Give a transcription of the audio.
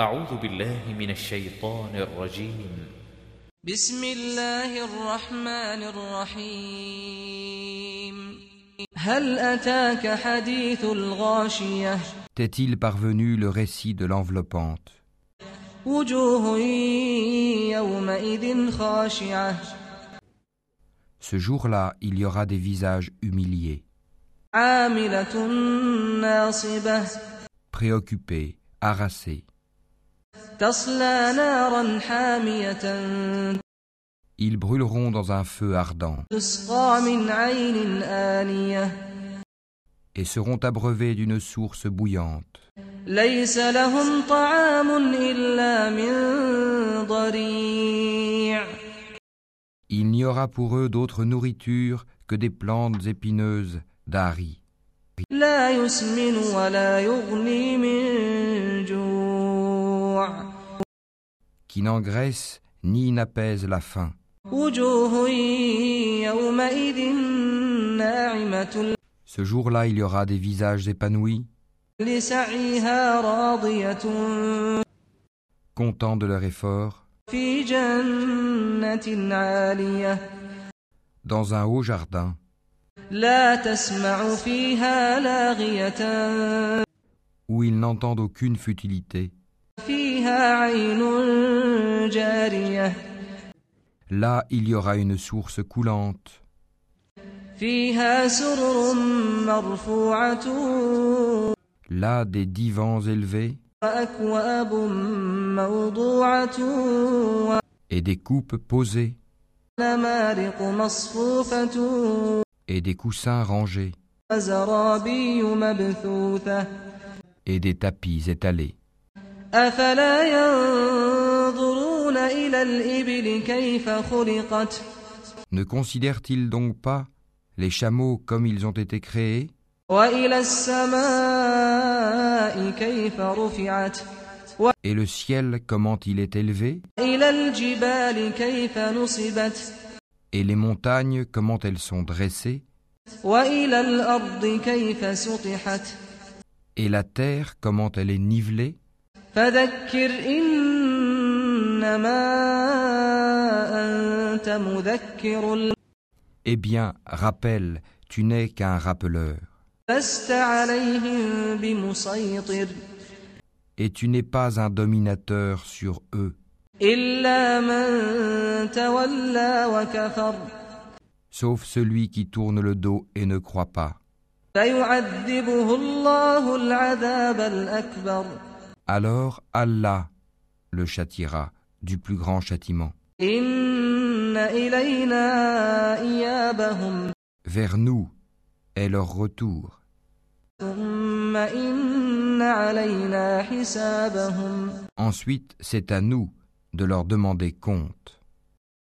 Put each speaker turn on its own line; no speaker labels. أعوذ بالله من الشيطان الرجيم
بسم الله الرحمن الرحيم هل أتاك حديث الغاشية
T'est-il parvenu le récit de l'enveloppante
وجوه يومئذ خاشعة
Ce jour-là, il y aura des visages humiliés,
عاملة ناصبة
préoccupés, harassés.
تصلى نارا حامية
Ils brûleront dans un feu ardent
تسقى من عين آنية
et seront abreuvés d'une source bouillante.
ليس لهم طعام إلا من ضريع
Il n'y aura pour eux d'autre nourriture que des plantes épineuses d'Ari,
لا يسمن ولا يغني من جوع
qui n'engraissent ni n'apaisent la faim.
وجوه يومئذ ناعمة
Ce jour-là, il y aura des visages épanouis,
لسعيها راضية
contents de leur effort,
في جنة عالية
dans un haut jardin.
لا تسمع فيها لاغية
où ils n'entendent aucune futilité.
فيها عين جارية
Là, il y aura une source coulante,
فيها سرر مرفوعة
là des divans élevés
وأكواب موضوعة
et des coupes posées
ونمارق مصفوفة
et des coussins rangés
وزرابي مبثوثة
et des tapis étalés.
أفلا ينظرون إلى الإبل كيف خلقت
Ne considèrent-ils donc pas les chameaux comme ils ont été créés
وإلى السماء كيف رفعت
et le ciel comment il est élevé
وإلى الجبال كيف نصبت
et les montagnes comment elles sont dressées
وإلى الأرض كيف سطحت
et la terre comment elle est nivelée
فذكر إنما أنت مذكر
Eh bien, rappelle, tu n'es qu'un rappeleur
لست عليهم بمسيطر
et tu n'es pas un dominateur sur eux.
إلا من تولى وكفر
sauf celui qui tourne le dos et ne croit pas.
فيعذبه الله العذاب الأكبر
Alors Allah le châtiera du plus grand châtiment.
إن إلينا إيابهم
Vers nous est leur retour,
ثم إن علينا حسابهم
ensuite c'est à nous de leur demander compte.